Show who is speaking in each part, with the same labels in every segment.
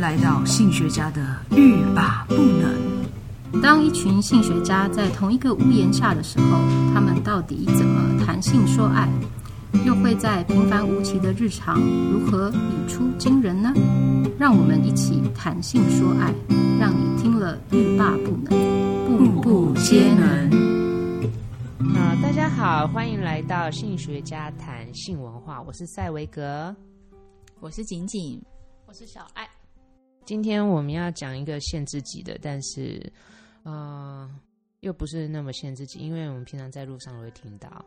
Speaker 1: 来到性学家的欲罢不能。
Speaker 2: 当一群性学家在同一个屋檐下的时候，他们到底怎么谈性说爱？又会在平凡无奇的日常如何语出惊人呢？让我们一起谈性说爱，让你听了欲罢不能，步步皆能。
Speaker 3: 呃，大家好，欢迎来到性学家谈性文化，我是赛维格。
Speaker 4: 我是景景，
Speaker 5: 我是小爱。
Speaker 3: 今天我们要讲一个限制级的，但是呃，又不是那么限制级，因为我们平常在路上会听到。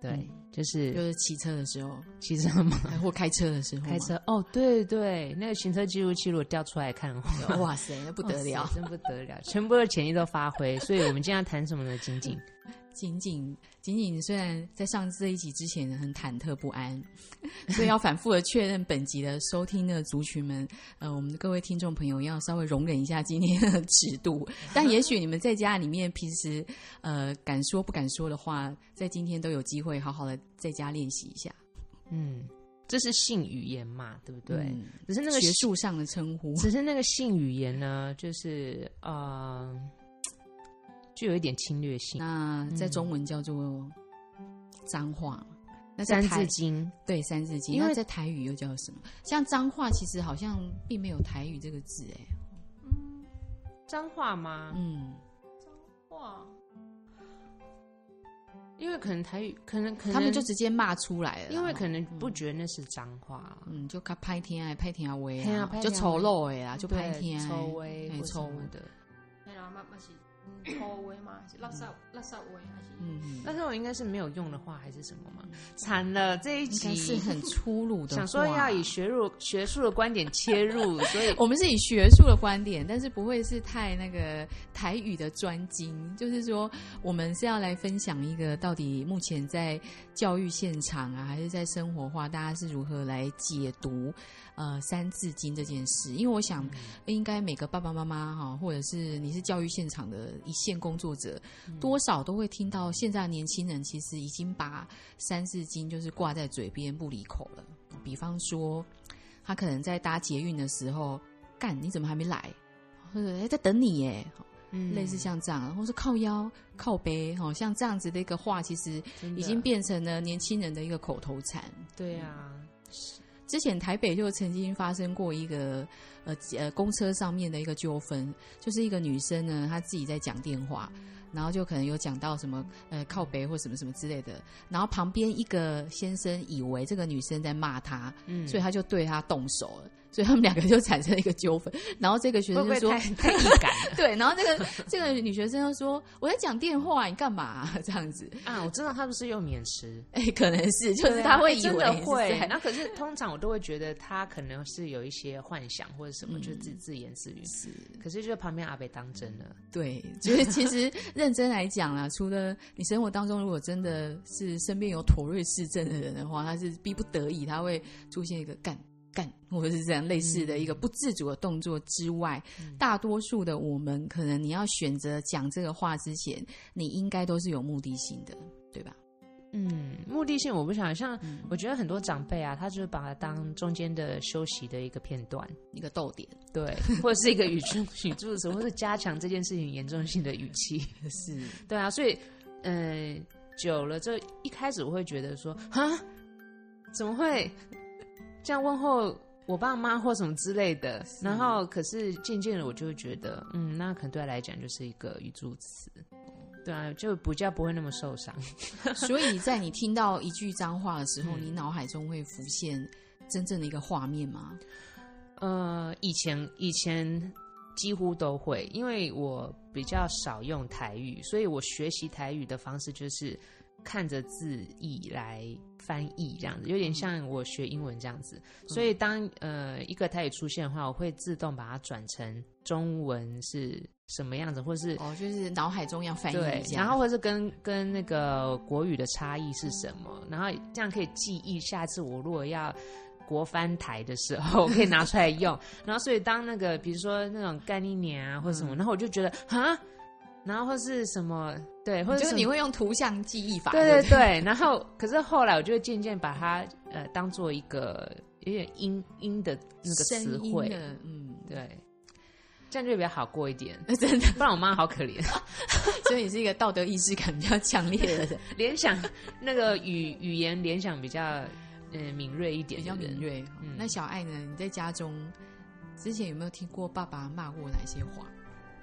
Speaker 3: 对，
Speaker 4: 嗯
Speaker 3: 就是
Speaker 4: 就是骑车 的时候，
Speaker 3: 骑车嘛，
Speaker 4: 还 或开车的时候嘛，
Speaker 3: 开车 哦，对对，那个行车记录器如果调出来看的话，
Speaker 4: 哇塞，那不
Speaker 3: 不
Speaker 4: 得了！
Speaker 3: 真不得了，全部的潜力都发 挥。所以我们今天要谈什么呢？仅仅
Speaker 4: 仅仅仅仅虽然在上这一集之前很忐忑不安， 所以要反复的确认本集的收听的族群们，呃，我们的各位听众朋友要稍微容忍一下今天的尺 度。但也许你们在家里面平时呃敢说不敢说的话，在今天都有机会好好的在家练习一下。
Speaker 3: 嗯，这是性语言嘛，对不对？
Speaker 4: 嗯
Speaker 3: 只是那个
Speaker 4: 学术上的称呼，
Speaker 3: 只是那个性语言呢，就是呃，具有一点侵略性。
Speaker 4: 那在中文叫做脏话。那在
Speaker 3: 三
Speaker 4: 台
Speaker 3: 字经，
Speaker 4: 对，三字经。
Speaker 3: 因
Speaker 4: 因
Speaker 3: 为
Speaker 4: 为在台语又叫什么？像脏话，其实好像并没有台语这个字，哎，
Speaker 3: 脏话吗？
Speaker 4: 嗯，
Speaker 5: 哇，
Speaker 3: 因为可能台语，可能可能
Speaker 4: 他们就直接骂出来了啦，
Speaker 3: 因为可
Speaker 4: 哦
Speaker 3: 能不觉得那是脏话，
Speaker 4: 嗯，就他拍天啊，拍天啊喂
Speaker 3: 嘿啊
Speaker 4: 啊
Speaker 3: 拍，
Speaker 4: 就
Speaker 3: 天啊
Speaker 4: 丑陋哎啦，就
Speaker 3: 对
Speaker 4: 拍天啊，
Speaker 3: 抽威
Speaker 4: 哎
Speaker 3: 或什
Speaker 4: 抽
Speaker 3: 么的。
Speaker 5: 哎呀，嘛嘛是嗯臭味吗？还是垃圾垃圾味还是？
Speaker 4: 嗯，
Speaker 3: 但是我应该是没有用的话还是什么吗？惨了，这一
Speaker 4: 应该
Speaker 3: 集
Speaker 4: 是很粗鲁的话。
Speaker 3: 想说要以学入学术的观点切 入，所以
Speaker 4: 我们是以学术的观点，但是不会是太那个台语的专精。就是说，我们是要来分享一个到底目前在教育现场啊，还是在生活化，大家是如何来解读呃《三字经》这件事。因为我想，应该每个爸爸妈妈哈，或者是你是教育现场的一线工作者，多少都会听到现在的年轻人其实已经把《三字经》就是挂在嘴边不离口了。比方说，他可能在搭捷运的时候，干你怎么还没来？或者哎在等你耶，
Speaker 3: 嗯
Speaker 4: 类似像这样，或是靠腰、靠背，哦，像这样子的一个话，其实
Speaker 3: 真的
Speaker 4: 已经变成了年轻人的一个口头禅。
Speaker 3: 对啊，
Speaker 4: 之前台北就曾经发生过一个呃呃公车上面的一个纠纷，就是一个女生呢，她自己在讲电话，然后就可能有讲到什么呃靠北或什么什么之类的，然后旁边一个先生以为这个女生在骂他，
Speaker 3: 嗯，
Speaker 4: 所以他就对他动手了，所以他们两个就产生了一个纠纷。然后这个学
Speaker 3: 会
Speaker 4: 生
Speaker 3: 不
Speaker 4: 就
Speaker 3: 会
Speaker 4: 说
Speaker 3: 太太易感了
Speaker 4: 对，然后这个这个女学生就说：“我在讲电话，你干嘛、这样子？”
Speaker 3: 啊？我知道他不是用免时。
Speaker 4: 哎、可能是，就是
Speaker 3: 对
Speaker 4: 他
Speaker 3: 啊
Speaker 4: 会
Speaker 3: 哎
Speaker 4: 以
Speaker 3: 真
Speaker 4: 为
Speaker 3: 的
Speaker 4: 是
Speaker 3: 会，
Speaker 4: 在
Speaker 3: 那可是通常我都会觉得他可能是有一些幻想或者什么，就自自言自语。
Speaker 4: 是
Speaker 3: 可是就旁边阿北当真了，
Speaker 4: 对，就是其实认真来讲啦，除了你生活当中如果真的是身边有妥瑞氏症的人的话，他是逼不得已，他会出现一个干干或者是这样类似的一
Speaker 3: 嗯
Speaker 4: 个不自主的动作之外，大多数的我们可能你要选择讲这个话之前，你应该都是有目的性的，对吧？
Speaker 3: 嗯，目的性我不想，像我觉得很多长辈啊，他就是把它当中间的休息的一个片段，
Speaker 4: 一个逗点
Speaker 3: 对，或者是一个语助 语助词，或是加强这件事情严重性的语气，
Speaker 4: 是
Speaker 3: 对啊，所以嗯、久了这一开始我会觉得说，哈，怎么会这样问候我爸妈或什么之类的？然后可是渐渐的我就会觉得，嗯，那可能对他来讲就是一个语助词。对啊，就比较不会那么受伤。
Speaker 4: 所以在你听到一句脏话的时候，你脑海中会浮现真正的一个画面吗？
Speaker 3: 呃，以前以前几乎都会，因为我比较少用台语，所以我学习台语的方式就是看着字义来翻译，这样子有点像我学英文这样子。所以当呃一个台语出现的话，我会自动把它转成中文是什么样子，或是。
Speaker 4: 哦，就是脑海中要翻译
Speaker 3: 对
Speaker 4: 一，下，
Speaker 3: 然后或是跟跟那个国语的差异是什么，然后这样可以记忆。下次我如果要国翻台的时候，我可以拿出来 用。然后所以当那个比如说那种干一年啊或什
Speaker 4: 嗯
Speaker 3: 么，然后我就觉得啊，然后或是什么对，或者
Speaker 4: 就是
Speaker 3: 什
Speaker 4: 你
Speaker 3: 么
Speaker 4: 会用图像记忆法，
Speaker 3: 对
Speaker 4: 对
Speaker 3: 对对，然后可是后来我就会渐渐把它呃当做一个有点阴阴的那个词
Speaker 4: 声音
Speaker 3: 汇，
Speaker 4: 的，嗯，
Speaker 3: 对，这样就比较好过一点。
Speaker 4: 真的，
Speaker 3: 不然我妈好可怜，
Speaker 4: 所以你是一个道德意识感比较强烈的人，
Speaker 3: 联想 那个语语言联想比较嗯敏锐一点，
Speaker 4: 比较敏。锐。
Speaker 3: 嗯
Speaker 4: 那小爱呢？你在家中之前有没有听过爸爸骂过哪些话？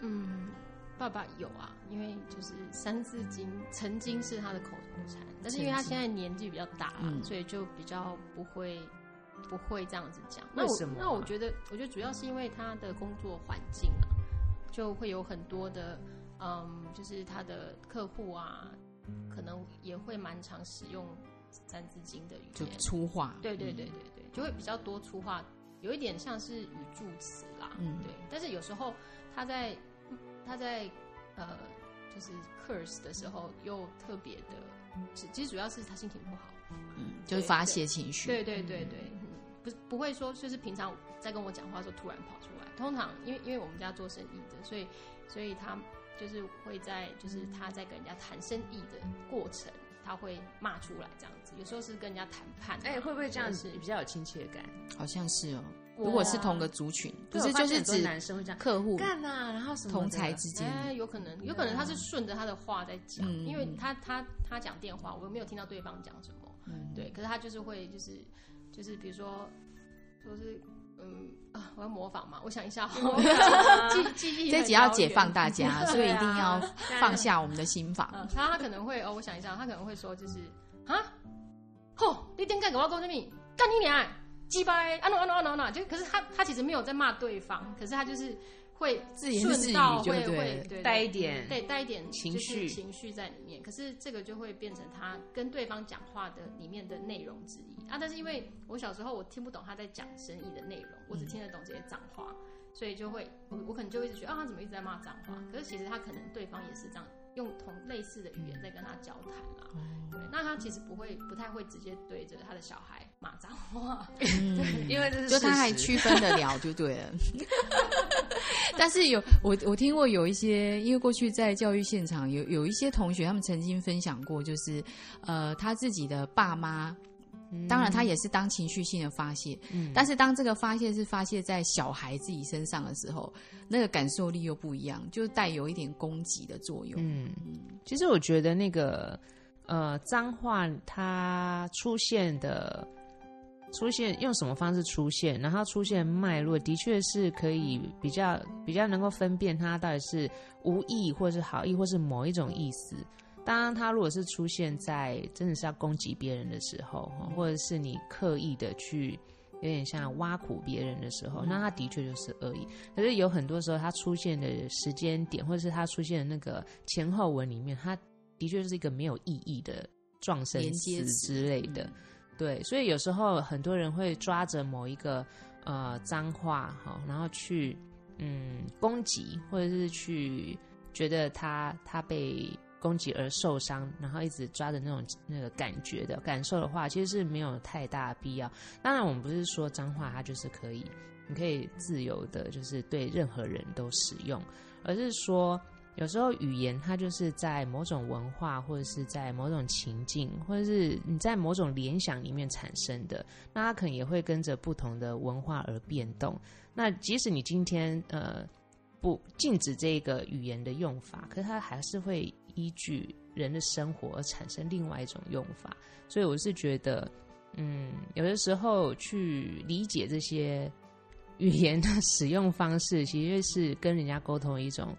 Speaker 5: 嗯，爸爸有啊，因为就是《三字经》曾经是他的口头禅，但是因为他
Speaker 4: 曾经
Speaker 5: 现在年纪比较大了，
Speaker 4: 嗯
Speaker 5: 所以就比较不会不会这样子讲。
Speaker 3: 为
Speaker 5: 那我
Speaker 3: 什么啊
Speaker 5: 那我觉得，我觉得主要是因为他的工作环境啊，就会有很多的，嗯，就是他的客户啊，可能也会蛮常使用《三字经》的语
Speaker 4: 就
Speaker 5: 言。
Speaker 4: 粗话。
Speaker 5: 对对
Speaker 4: 嗯
Speaker 5: 对对对，就会比较多粗话，有一点像是语助词啦。
Speaker 4: 嗯
Speaker 5: 对。但是有时候他在他在呃，就是 curse 的时候又特别的，其其实主要是他心情不好。
Speaker 4: 嗯，就是发泄情绪。
Speaker 5: 对对对对，嗯不是不会说就是平常在跟我讲话的时候突然跑出来。通常因为因为我们家做生意的，所以所以他就是会在就是他在跟人家谈生意的过程。他会骂出来这样子，有时候是跟人家谈判啊、
Speaker 3: 哎、会不会这样
Speaker 5: 或者
Speaker 3: 子
Speaker 5: 是
Speaker 3: 比较有亲切感？
Speaker 4: 好像是哦。
Speaker 5: 我
Speaker 4: 如果是同个族群，不
Speaker 3: 对
Speaker 4: 是
Speaker 3: 我发
Speaker 4: 就
Speaker 3: 现
Speaker 4: 是
Speaker 3: 很多
Speaker 4: 指
Speaker 3: 男生会这样
Speaker 4: 客户
Speaker 3: 干啊，然后什么
Speaker 4: 同
Speaker 3: 的
Speaker 4: 才之间啊
Speaker 5: 哎，有可能，有可能他是顺着他的话在讲，
Speaker 4: 嗯
Speaker 5: 因为他他他讲电话，我没有听到对方讲什么，
Speaker 4: 嗯
Speaker 5: 对，可是他就是会就是就是比如说说是嗯啊，我要模仿嘛，我想一下，
Speaker 4: 啊这集要
Speaker 5: 记记忆很遥
Speaker 4: 解
Speaker 5: 远啊
Speaker 4: 放大家， 所以一定要放
Speaker 3: 对啊
Speaker 4: 下我们的心法。
Speaker 5: 嗯，他他可能会哦，我想一下，他可能会说就是啊，吼，你点干给我讲什么？干你娘的！鸡巴的！啊 no 啊 no 啊 no 啊 no！就可是他他其实没有在骂对方，可是他就是会
Speaker 4: 自言自
Speaker 5: 顺
Speaker 4: 语
Speaker 5: 道
Speaker 4: 就
Speaker 5: 会
Speaker 4: 对
Speaker 5: 会
Speaker 4: 了
Speaker 5: 对
Speaker 3: 带一点
Speaker 5: 对带一点
Speaker 3: 情
Speaker 5: 就是
Speaker 3: 绪
Speaker 5: 情绪在里面，可是这个就会变成他跟对方讲话的里面的内容之一啊。但是因为我小时候我听不懂他在讲生意的内容，
Speaker 3: 嗯
Speaker 5: 我只听得懂这些脏话，所以就会我我可能就会一直觉得啊，他怎么一直在骂脏话？可是其实他可能对方也是这样用同类似的语言在跟他交谈啦。
Speaker 3: 哦
Speaker 5: 对，那他其实不会不太会直接对着他的小孩骂脏话，
Speaker 4: 嗯，
Speaker 3: 因为 这是
Speaker 4: 就他还
Speaker 3: 事实
Speaker 4: 区分得了就 对了。但是有我我听过有一些，因为过去在教育现场有有一些同学，他们曾经分享过，就是呃他自己的爸妈，
Speaker 3: 嗯
Speaker 4: 当然他也是当情绪性的发泄，但是当这个发泄是发泄在小孩自己身上的时候，那个感受力又不一样，就带有一点攻击的作用。
Speaker 3: 嗯，其实我觉得那个呃脏话它出现的出现用什么方式出现，然后出现脉络，的确是可以比较比较能够分辨它到底是无意或是好意，或是某一种意思。当然，它如果是出现在真的是要攻击别人的时候，哦或者是你刻意的去。有点像挖苦别人的时候，那它的确就是恶意。可是有很多时候，它出现的时间点，或者是它出现的那个前后文里面，它的确是一个没有意义的撞声
Speaker 4: 连接
Speaker 3: 词
Speaker 4: 词
Speaker 3: 之类的。对，所以有时候很多人会抓着某一个呃脏话哈、然后去嗯攻击，或者是去觉得他他被攻击而受伤，然后一直抓着那种那个感觉的感受的话，其实是没有太大必要。当然，我们不是说脏话它就是可以，你可以自由的，就是对任何人都使用，而是说。有时候语言它就是在某种文化，或者是在某种情境，或者是你在某种联想里面产生的，那它可能也会跟着不同的文化而变动。那即使你今天呃不禁止这个语言的用法，可是它还是会依据人的生活而产生另外一种用法。所以我是觉得，嗯，有的时候去理解这些语言的使用方式，其实是跟人家沟通的一种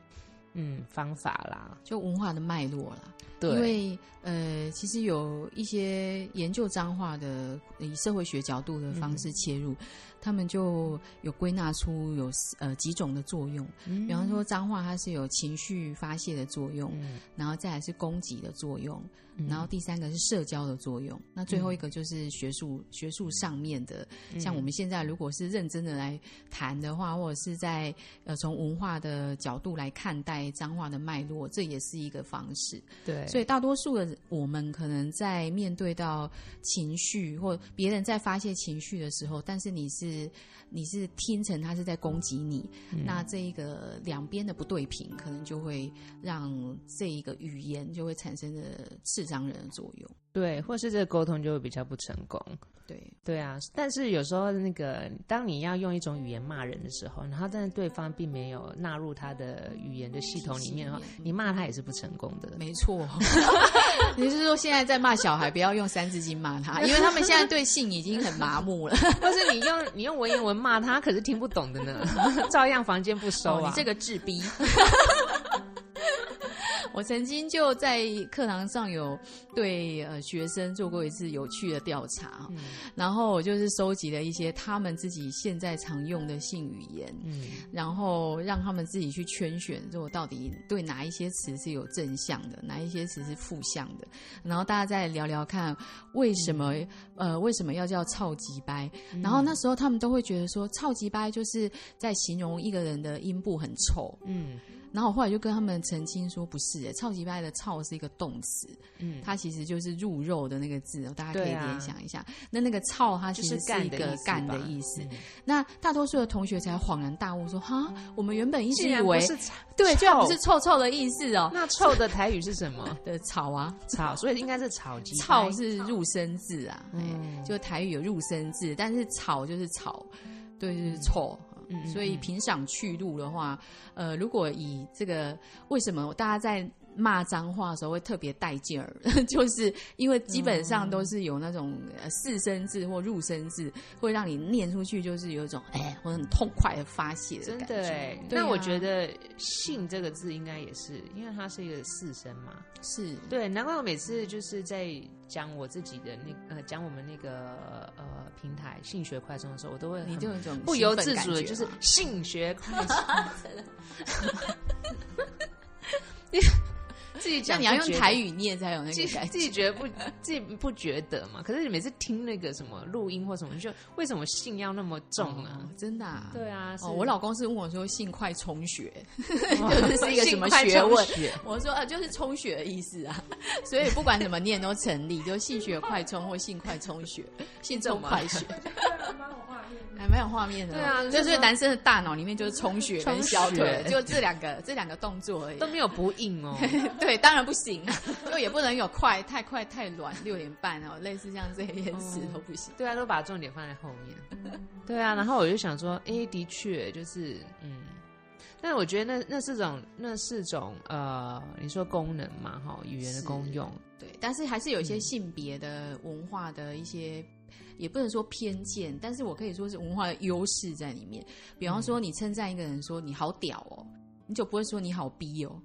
Speaker 3: 嗯方法啦。
Speaker 4: 就文化的脉络啦。
Speaker 3: 对，
Speaker 4: 因为呃，其实有一些研究脏话的，以社会学角度的方式切
Speaker 3: 嗯
Speaker 4: 入，他们就有归纳出有呃几种的作用。比方说，脏话它是有情绪发泄的作用，
Speaker 3: 嗯
Speaker 4: 然后再来是攻击的作用，然后第三个是社交的作用，那最
Speaker 3: 嗯
Speaker 4: 后一个就是学术学术上面的，像我们现在如果是认真的来谈的话，或者是在呃从文化的角度来看待脏话的脉络，这也是一个方式。
Speaker 3: 对，
Speaker 4: 所以大多数的人我们可能在面对到情绪或别人在发泄情绪的时候，但是你是是你是听成他是在攻击你，那这一个两边的不对平，可能就会让这一个语言就会产生的智障人的作用。
Speaker 3: 对，或是这个沟通就会比较不成功。
Speaker 4: 对，
Speaker 3: 对啊，但是有时候那个，当你要用一种语言骂人的时候，然后但是对方并没有纳入他的语言的系统里面的话
Speaker 4: 体系里，面
Speaker 3: 你骂他也是不成功 的。
Speaker 4: 没错。你是说现在在骂小孩，不要用三字经骂他，因为他们现在对性已经很麻木了。
Speaker 3: 或是你用你用文言文骂他，可是听不懂的 呢，照样房间不收
Speaker 4: 哦，
Speaker 3: 啊。
Speaker 4: 你这个自逼。 我曾经就在课堂上有对呃学生做过一次有趣的调查，
Speaker 3: 嗯
Speaker 4: 然后我就是收集了一些他们自己现在常用的性语言，
Speaker 3: 嗯
Speaker 4: 然后让他们自己去圈选，说我到底对哪一些词是有正向的，哪一些词是负向的，然后大家再聊聊看为什么、
Speaker 3: 嗯
Speaker 4: 呃为什么要叫超级掰，然后那时候他们都会觉得说超级掰就是在形容一个人的阴部很臭，
Speaker 3: 嗯
Speaker 4: 然后我后来就跟他们澄清说，不是、欸，超级掰的“超”是一个动词，
Speaker 3: 嗯，
Speaker 4: 它其实就是入肉的那个字，大家可以
Speaker 3: 对啊
Speaker 4: 联想一下。那那个“超”它其实
Speaker 3: 就是干
Speaker 4: 一
Speaker 3: 的
Speaker 4: 个
Speaker 3: 意思
Speaker 4: 干的
Speaker 3: 吧
Speaker 4: 意思。
Speaker 3: 嗯
Speaker 4: 那大多数的同学才恍然大悟说，哈，我们原本一直
Speaker 3: 竟
Speaker 4: 以
Speaker 3: 然不
Speaker 4: 为
Speaker 3: 是
Speaker 4: 对，居然不
Speaker 3: 臭
Speaker 4: 是臭臭的意思哦、
Speaker 3: 那臭的台语是什么？
Speaker 4: 的草啊，
Speaker 3: 草，所以应该是草鸡。
Speaker 4: 草是入声字啊，哎、
Speaker 3: 嗯
Speaker 4: 就台语有入声字，但是草就是草，对，就是臭。
Speaker 3: 嗯
Speaker 4: 所以平赏去路的话，呃，如果以这个为什么大家在骂脏话的时候会特别带劲儿， 就是因为基本上都是有那种呃四声字或入声字，会让你念出去，就是有一种哎、我很痛快的发泄的
Speaker 3: 真
Speaker 4: 感
Speaker 3: 的
Speaker 4: 觉。
Speaker 3: 哎，
Speaker 4: 对啊
Speaker 3: 那我觉得“性”这个字应该也是，因为它是一个四声嘛。
Speaker 4: 是，
Speaker 3: 对，难怪我每次就是在讲我自己的那呃，讲我们那个呃平台性学快充的时候，我都会很
Speaker 4: 你就有一种
Speaker 3: 不由自主的，
Speaker 4: 兴奋感觉
Speaker 3: 就是
Speaker 4: 嘛
Speaker 3: 性学快充。 自己
Speaker 4: 那
Speaker 3: 讲，
Speaker 4: 你要用台。语念才有那
Speaker 3: 自己
Speaker 4: 个感觉。
Speaker 3: 自己觉得不自己不觉得嘛？可是你每次听那个什么录音或什么，就为什么性要那么重啊
Speaker 4: 哦？真的、啊。
Speaker 3: 对 啊，是
Speaker 4: 哦，我老公是问我说“性快充血
Speaker 3: 哇
Speaker 4: 就是是一个什
Speaker 3: 性
Speaker 4: 么
Speaker 3: 快
Speaker 4: 学问
Speaker 3: 充血”，
Speaker 4: 我说呃就是充血的意思啊， 所以不管怎么念都成立，就性血快充或性快充 血，性充快 血，
Speaker 5: 帮我画面。
Speaker 4: 还蛮有画面的哦。
Speaker 3: 对啊
Speaker 4: 就
Speaker 3: 就是是
Speaker 4: 男生的大脑里面就是充血跟
Speaker 3: 充
Speaker 4: 小腿，
Speaker 3: 血
Speaker 4: 就这两个这两个动作而 已
Speaker 3: 都。没有不硬哦。
Speaker 4: 对，当然不行啊，就也不能有快太快太软，六点半哦，类似像这些事都不行。
Speaker 3: 对啊，都把重点放在后面。 对啊，然后我就想说，诶，的确就是嗯，但是我觉得那那是种那是种呃，你说功能嘛，哈，语言的
Speaker 4: 是
Speaker 3: 功用，
Speaker 4: 对，但是还是有
Speaker 3: 嗯
Speaker 4: 一些性别的文化的一些，也不能说偏见，但是我可以说是文化的优势在里面。比方
Speaker 3: 嗯
Speaker 4: 说，你称赞一个人说你好屌哦，你就不会说你好逼哦。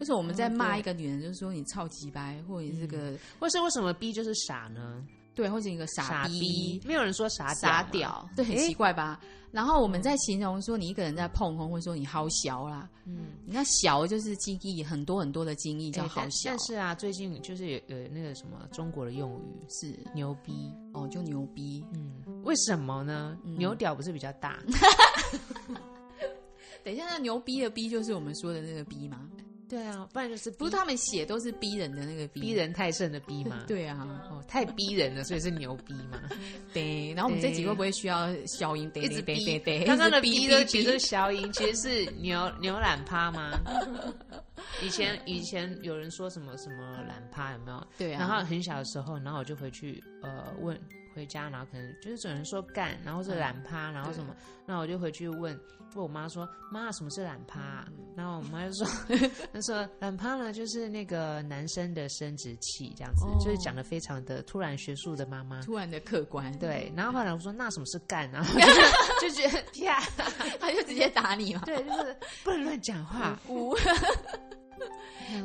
Speaker 4: 为什么我们在骂一个女人，就是说你超级白，或者你这个、
Speaker 3: 或是为什么 B 就是傻呢？
Speaker 4: 对，或者你个傻
Speaker 3: 逼，没有人说傻啊
Speaker 4: 傻
Speaker 3: 嘛，
Speaker 4: 屌，对，很奇怪吧？然后我们在形容说你一个人在碰空，会说你好小啦，
Speaker 3: 嗯。
Speaker 4: 你那小就是精益，很多很多的精益叫
Speaker 3: 诶
Speaker 4: 好
Speaker 3: 但
Speaker 4: 小，
Speaker 3: 但是啊，最近就是有呃那个什么中国的用语
Speaker 4: 是
Speaker 3: 牛逼，
Speaker 4: 哦，就牛逼，
Speaker 3: 嗯，为什么呢？牛屌不是比较大？
Speaker 4: 等一下，那牛逼的逼就是我们说的那个逼吗？
Speaker 3: 对啊，不然就是
Speaker 4: 不
Speaker 3: 不
Speaker 4: 是，
Speaker 3: 到
Speaker 4: 他们写都是逼人的那个逼。。
Speaker 3: 逼。人太甚的逼嘛
Speaker 4: 对啊，
Speaker 3: 哦，太逼人了，所以是牛逼嘛。
Speaker 4: 对。然后我们这集会不会需要消音？对
Speaker 3: 一直
Speaker 4: 对
Speaker 3: 逼
Speaker 4: 对对，
Speaker 3: 刚刚的
Speaker 4: 逼
Speaker 3: 逼
Speaker 4: 逼
Speaker 3: 的其实是消音，其实是牛牛懒趴吗？以前以前有人说什么什么懒趴有没有？
Speaker 4: 对啊。
Speaker 3: 然后很小的时候，然后我就回去呃问回家，然后可能就是有人说干，然后是懒趴，然后什么，那我就回去问问我妈说妈什么是懒趴啊、然后我妈就说她说懒趴呢就是那个男生的生殖器这样子，就是讲的非常的突然学术的妈妈。
Speaker 4: 突然的客观，，
Speaker 3: 对，然后后来我说那什么是干啊？然后 就就觉得啪，
Speaker 4: 他就直接打你嘛。
Speaker 3: 对，就是不能乱讲话。
Speaker 4: 呜。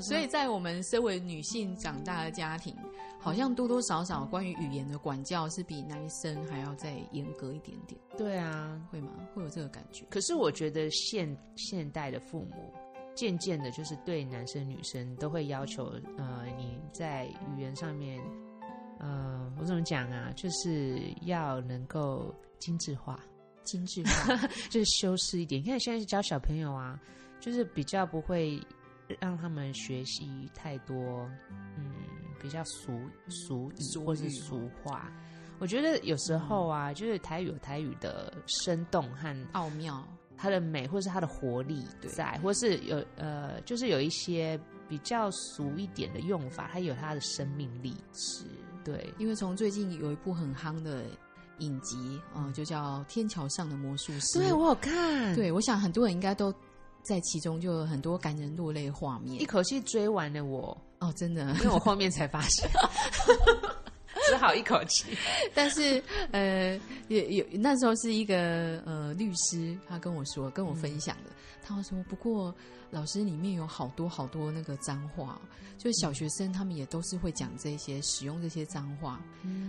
Speaker 4: 所以在我们身为女性长大的家庭，好像多多少少关于语言的管教是比男生还要再严格一点点，
Speaker 3: 对啊，
Speaker 4: 会吗？会有这个感觉？
Speaker 3: 可是我觉得现现代的父母渐渐的，就是对男生女生都会要求，呃，你在语言上面，呃，我怎么讲啊？就是要能够 精致化，
Speaker 4: 精致 化，
Speaker 3: 就是修饰一点。你看现在教小朋友啊，就是比较不会让他们学习太多，嗯，比较俗俗语
Speaker 4: 俗
Speaker 3: 或是
Speaker 4: 语嗯
Speaker 3: 俗话。我觉得有时候啊，就是台语有台语的生动和
Speaker 4: 奥妙，
Speaker 3: 它的美，或是它的活力
Speaker 4: 对
Speaker 3: 在，或是有呃，就是有一些比较俗一点的用法，它有它的生命力。是，对，
Speaker 4: 因为从最近有一部很夯的影集，呃，就叫《天桥上的魔术师》。
Speaker 3: 对我有看，，
Speaker 4: 对，我想很多人应该都在其中，就有很多感人落泪的画
Speaker 3: 一
Speaker 4: 面。
Speaker 3: 口气追完了我，
Speaker 4: 哦，真的。
Speaker 3: 因为我后面才发现， 只好一口气。
Speaker 4: 但是呃，也有那时候是一个呃律师，他跟我说，跟我分享的，他说不过老师里面有好多好多那个脏话，就是小学生他们也都是会讲这些，使用这些脏话。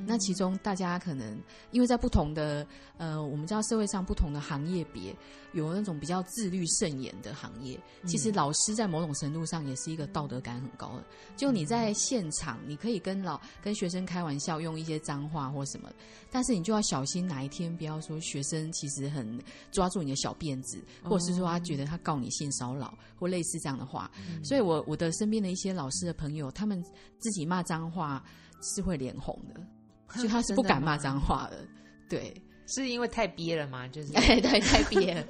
Speaker 4: 那其中大家可能因为在不同的呃，我们知道社会上不同的行业别，有那种比较自律慎言的行业，其实老师在某种程度上也是一个道德感很高的。就你在现场，你可以跟老跟学生开玩笑，用一些脏话或什么，但是你就要小心，哪一天不要说学生其实很抓住你的小辫子，
Speaker 3: 哦
Speaker 4: 或者是说他觉得他告你性骚扰或类似这样的话。
Speaker 3: 嗯
Speaker 4: 所以我我的身边的一些老师的朋友，他们自己骂脏话是会脸红的， 所以他是不敢骂脏话的。对，
Speaker 3: 是因为太憋了吗？就是
Speaker 4: 哎， 对，太憋了。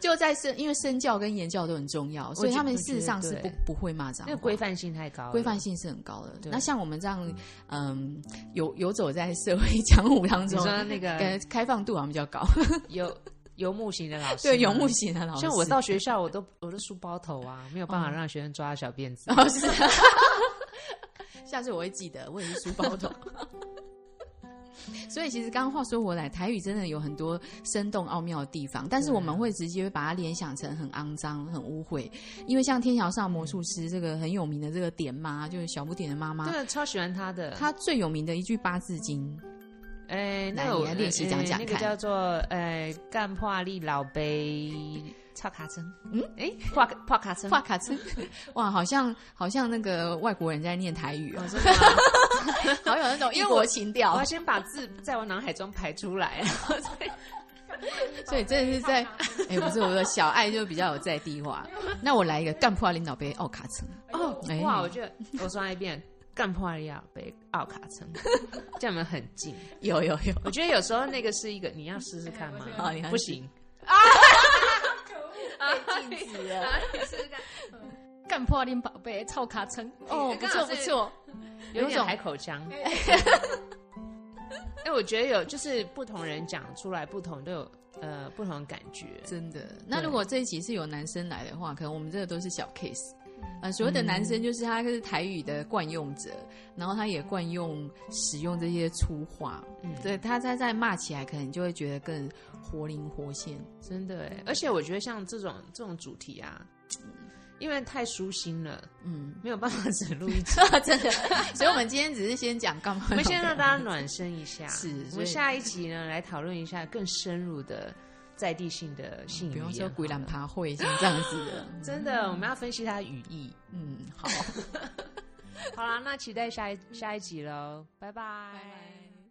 Speaker 4: 就在身，因为身教跟言教都很重要，所以
Speaker 3: 觉
Speaker 4: 他们
Speaker 3: 我
Speaker 4: 事
Speaker 3: 觉
Speaker 4: 实
Speaker 3: 得
Speaker 4: 上是
Speaker 3: 对
Speaker 4: 不不会骂 脏
Speaker 3: 那
Speaker 4: 话。
Speaker 3: 个规范性太高了，
Speaker 4: 规范性是很高的。
Speaker 3: 对
Speaker 4: 那像我们这样，嗯，游游走在社会江湖当
Speaker 3: 你
Speaker 4: 中，
Speaker 3: 说那 个
Speaker 4: 感觉开放度好像比较高。
Speaker 3: 游游牧型的老师，
Speaker 4: 对，游牧。型的老师，
Speaker 3: 像我到学校，我都我都梳包头啊，没有办法让学生抓小辫 子。
Speaker 4: 老师，下次我会记得，我也是书包头。 所以其实刚刚话说回来，台语真的有很多生动奥妙的地方，但是我们会直接把它联想成很肮脏、很污秽，因为像《天桥上的魔术师》这个很有名的这个点妈，就是小不点的妈妈，
Speaker 3: 对，超喜欢他的。
Speaker 4: 她最有名的一句八字经，
Speaker 3: 哎，
Speaker 4: 来
Speaker 3: 那个我
Speaker 4: 你来练习讲讲
Speaker 3: 哎那个
Speaker 4: 看
Speaker 3: 叫做呃干破力老杯擦卡针，嗯，哎破破卡针，
Speaker 4: 哇卡 兹，哇，好像好像那个外国人在念台语哦
Speaker 3: 哦，真的吗
Speaker 4: 好有那 种 异
Speaker 3: 因为
Speaker 4: 国
Speaker 3: 我
Speaker 4: 情
Speaker 3: 我
Speaker 4: 调
Speaker 3: 要。先把字在我脑海中排出来，然后再
Speaker 4: 所以真的是在， 哎、不是我说小爱就比较有在地 化。那我来一个干破领导杯奥卡层，
Speaker 3: 哦
Speaker 4: 哎，
Speaker 3: 哇！我觉得我说一遍，干破利亚被奥卡城， 这样有没有很近？
Speaker 4: 有有有，
Speaker 3: 我觉得有时候那个是一个，你要试试看吗
Speaker 5: 哎我觉？
Speaker 4: 得哦你要
Speaker 3: 不行，
Speaker 4: 被禁止了。
Speaker 5: 干破林宝贝，臭卡称
Speaker 4: 哦，不错不错，有
Speaker 3: 有
Speaker 4: 一
Speaker 3: 点
Speaker 4: 种
Speaker 3: 海口腔。 哎，我觉得有，就是不同人讲出来不同都有呃不同的感觉。
Speaker 4: 真的。那如果这一集是有男生来的话，可能我们这个都是小 case。呃，所谓的男生就是他是台语的惯用者，然后他也惯用使用这些粗话，
Speaker 3: 嗯
Speaker 4: 对他在在骂起来，可能就会觉得更活灵活现。
Speaker 3: 真的
Speaker 4: 嗯
Speaker 3: 哎，而且我觉得像这种这种主题啊，因为太舒心了，
Speaker 4: 嗯，
Speaker 3: 没有办法只录一集。
Speaker 4: 真 的。所以我们今天只是先讲干嘛？
Speaker 3: 我们先让大家暖身一下，
Speaker 4: 是
Speaker 3: 我
Speaker 4: 所以
Speaker 3: 们下一集呢来讨论一下更深入的在地性的性语
Speaker 4: 嗯不
Speaker 3: 言。
Speaker 4: 用说鬼
Speaker 3: 好
Speaker 4: 懒嗯
Speaker 3: 了
Speaker 4: 爬会像这样子的。
Speaker 3: 真的，我们要分析它的语义。
Speaker 4: 嗯， 好，
Speaker 3: 好啦，那期待下一下一集喽，拜拜
Speaker 4: 拜拜。